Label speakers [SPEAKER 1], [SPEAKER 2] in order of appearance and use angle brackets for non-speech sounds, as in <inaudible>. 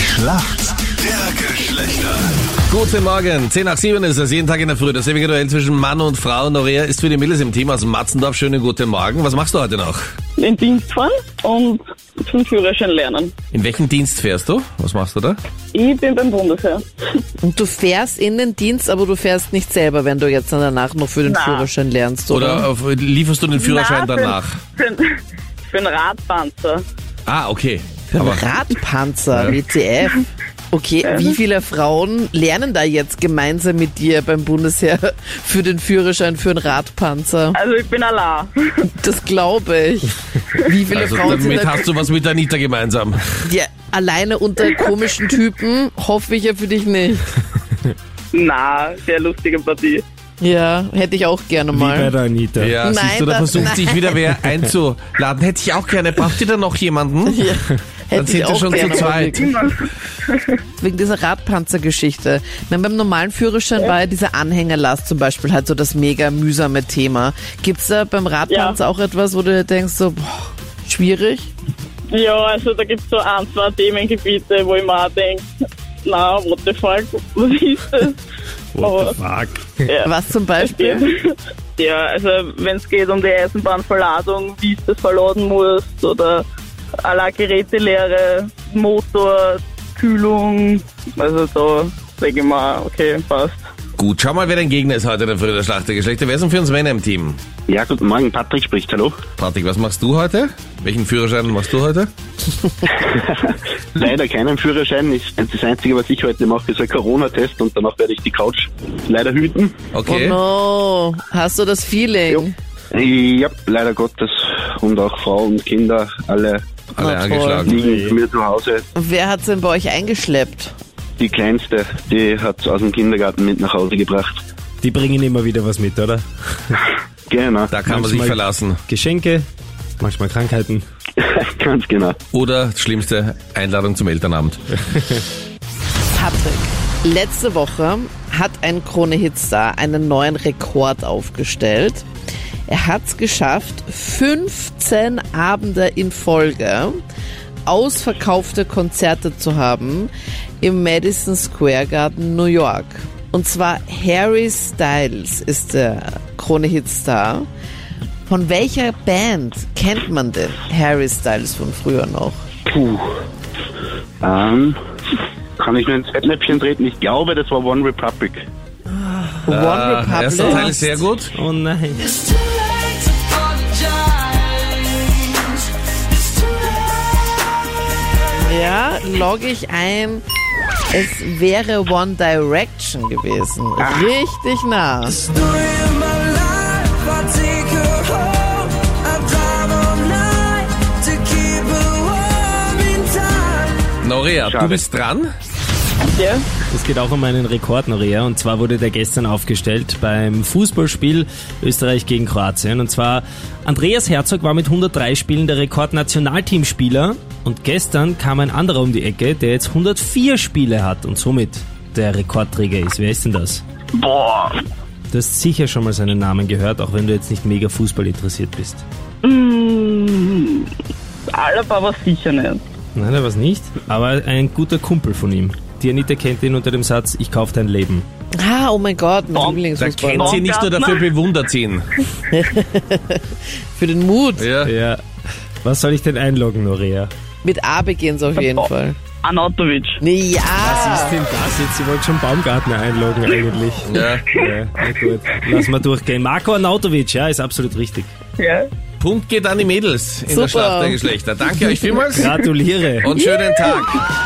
[SPEAKER 1] Schlacht der Geschlechter.
[SPEAKER 2] Guten Morgen, 10 nach 7 ist es, jeden Tag in der Früh. Das ewige Duell zwischen Mann und Frau. Norea ist für die Mädels im Team aus Matzendorf. Schönen guten Morgen. Was machst du heute noch?
[SPEAKER 3] in den Dienst fahren und zum Führerschein lernen.
[SPEAKER 2] In welchen Dienst fährst du? Was machst du da?
[SPEAKER 3] Ich bin beim Bundesheer.
[SPEAKER 4] Und du fährst in den Dienst, aber du fährst nicht selber, wenn du jetzt dann danach noch für den
[SPEAKER 3] Na.
[SPEAKER 4] Führerschein lernst, oder?
[SPEAKER 2] Oder auf, lieferst du den Führerschein
[SPEAKER 3] Na,
[SPEAKER 2] danach?
[SPEAKER 3] Für, für, für einen Radpanzer.
[SPEAKER 2] Ah, okay.
[SPEAKER 4] Aber Radpanzer, WTF. Okay, wie viele Frauen lernen da jetzt gemeinsam mit dir beim Bundesheer für den Führerschein für einen Radpanzer?
[SPEAKER 3] Also ich bin Allah.
[SPEAKER 4] Das glaube ich. Wie viele
[SPEAKER 2] also
[SPEAKER 4] Frauen sind
[SPEAKER 2] damit
[SPEAKER 4] da,
[SPEAKER 2] hast du was mit Anita gemeinsam.
[SPEAKER 4] ja, alleine unter komischen Typen? Hoffe ich ja für dich nicht.
[SPEAKER 3] Na, sehr lustige Partie.
[SPEAKER 4] Ja, hätte ich auch gerne
[SPEAKER 5] Wie bei
[SPEAKER 4] mal.
[SPEAKER 5] der Anita.
[SPEAKER 2] Ja,
[SPEAKER 4] Nein,
[SPEAKER 2] siehst du, da
[SPEAKER 4] das-
[SPEAKER 2] versucht sich
[SPEAKER 4] nein.
[SPEAKER 2] wieder wer einzuladen. Hätte ich auch gerne. Braucht ihr da noch jemanden?
[SPEAKER 4] <laughs> Ja,
[SPEAKER 2] Dann
[SPEAKER 4] hätte
[SPEAKER 2] sind
[SPEAKER 4] ich
[SPEAKER 2] wir
[SPEAKER 4] auch
[SPEAKER 2] schon zu
[SPEAKER 4] gerne mal
[SPEAKER 2] zweit.
[SPEAKER 4] wegen dieser Radpanzergeschichte. Ich meine, beim normalen Führerschein war ja diese Anhängerlast zum Beispiel halt so das mega mühsame Thema. Gibt's da beim Radpanzer auch etwas, wo du denkst so, boah, schwierig?
[SPEAKER 3] Ja, also da gibt es so ein, zwei Themengebiete, wo ich mir auch denke, na, what the fuck, was ist das?
[SPEAKER 5] What the fuck?
[SPEAKER 3] Ja.
[SPEAKER 4] Was zum
[SPEAKER 3] Ja.
[SPEAKER 4] Beispiel?
[SPEAKER 3] ja, also wenn es geht um die Eisenbahnverladung, wie es das verladen muss oder aller Gerätelehre, Motor, Kühlung, also da denke ich mal, okay, passt.
[SPEAKER 2] Gut, schau mal, wer dein Gegner ist heute in der Früh der Schlacht der Geschlechter. Wer sind für uns Männer im Team?
[SPEAKER 6] Ja, guten Morgen, Patrick spricht, hallo.
[SPEAKER 2] Patrick, was machst du heute? Welchen Führerschein machst du heute? Hm.
[SPEAKER 6] Leider keinen Führerschein, ist das Einzige, was ich heute mache, ist ein Corona-Test und danach werde ich die Couch leider hüten.
[SPEAKER 2] Okay.
[SPEAKER 4] Oh no, hast du das Feeling?
[SPEAKER 6] Ja, leider Gottes und auch Frau und Kinder, alle
[SPEAKER 2] Alle
[SPEAKER 4] Na
[SPEAKER 2] angeschlagen.
[SPEAKER 6] liegen mit mir zu Hause.
[SPEAKER 4] Wer hat's denn bei euch eingeschleppt?
[SPEAKER 6] Die Kleinste, die hat aus dem Kindergarten mit nach Hause gebracht.
[SPEAKER 5] Die bringen immer wieder was mit, oder?
[SPEAKER 6] Genau,
[SPEAKER 2] Da kann man sich
[SPEAKER 5] Manchmal
[SPEAKER 2] verlassen.
[SPEAKER 5] Geschenke, manchmal Krankheiten.
[SPEAKER 6] <laughs> ganz genau.
[SPEAKER 2] Oder das schlimmste Einladung zum Elternabend.
[SPEAKER 4] Patrick, letzte Woche hat ein Krone-Hitstar einen neuen Rekord aufgestellt. Er hat es geschafft, 15 Abende in Folge ausverkaufte Konzerte zu haben im Madison Square Garden, New York. Und zwar Harry Styles ist der Krone-Hitstar. Von welcher Band kennt man denn Harry Styles von früher noch?
[SPEAKER 6] Puh. Ähm, kann ich nur ins Fettnäpfchen treten? Ich glaube, das war One Republic.
[SPEAKER 4] One
[SPEAKER 2] Ah, erster Teil ist sehr gut.
[SPEAKER 5] Oh nein.
[SPEAKER 7] It's too late to apologize. It's too late.
[SPEAKER 4] Ja, logge ich ein. Es wäre One Direction gewesen. Richtig nah.
[SPEAKER 7] Story of my life. I take her home. I drive all night to keep her warm in time.
[SPEAKER 2] Norea, du
[SPEAKER 6] Schade.
[SPEAKER 2] bist dran.
[SPEAKER 3] Ja,
[SPEAKER 5] Es geht auch um einen Rekord, Norea. Und zwar wurde der gestern aufgestellt beim Fußballspiel Österreich gegen Kroatien. Und zwar Andreas Herzog war mit 103 Spielen der Rekord-Nationalteamspieler. Und gestern kam ein anderer um die Ecke, der jetzt 104 Spiele hat und somit der Rekordträger ist. Wer ist denn das?
[SPEAKER 3] boah,
[SPEAKER 5] Du hast sicher schon mal seinen Namen gehört, auch wenn du jetzt nicht mega Fußball interessiert bist.
[SPEAKER 3] Alaba war Mm, sicher nicht.
[SPEAKER 5] Nein, er war's nicht. Aber ein guter Kumpel von ihm. Die Anita kennt ihn unter dem Satz, ich kauf dein Leben.
[SPEAKER 4] Ah, oh mein Gott, mein
[SPEAKER 2] Da kennt
[SPEAKER 4] Lieblingsfußballer.
[SPEAKER 2] sie nicht nur dafür bewundert sie ihn.
[SPEAKER 4] Für den Mut.
[SPEAKER 2] Ja.
[SPEAKER 5] Ja. Was soll ich denn einloggen, Norea?
[SPEAKER 4] Mit A beginnt's auf jeden
[SPEAKER 3] Oh.
[SPEAKER 4] Fall.
[SPEAKER 3] Anatovic.
[SPEAKER 4] Ja.
[SPEAKER 5] Was ist denn das jetzt? Sie wollte schon Baumgartner einloggen eigentlich.
[SPEAKER 2] Ja.
[SPEAKER 5] Ja, na gut. Lass mal durchgehen. Marco Arnautovic, ja, ist absolut richtig.
[SPEAKER 3] Ja.
[SPEAKER 2] Punkt geht an die Mädels in der
[SPEAKER 4] Super.
[SPEAKER 2] Schlacht der Geschlechter. Danke euch vielmals
[SPEAKER 5] Gratuliere.
[SPEAKER 2] und schönen Tag.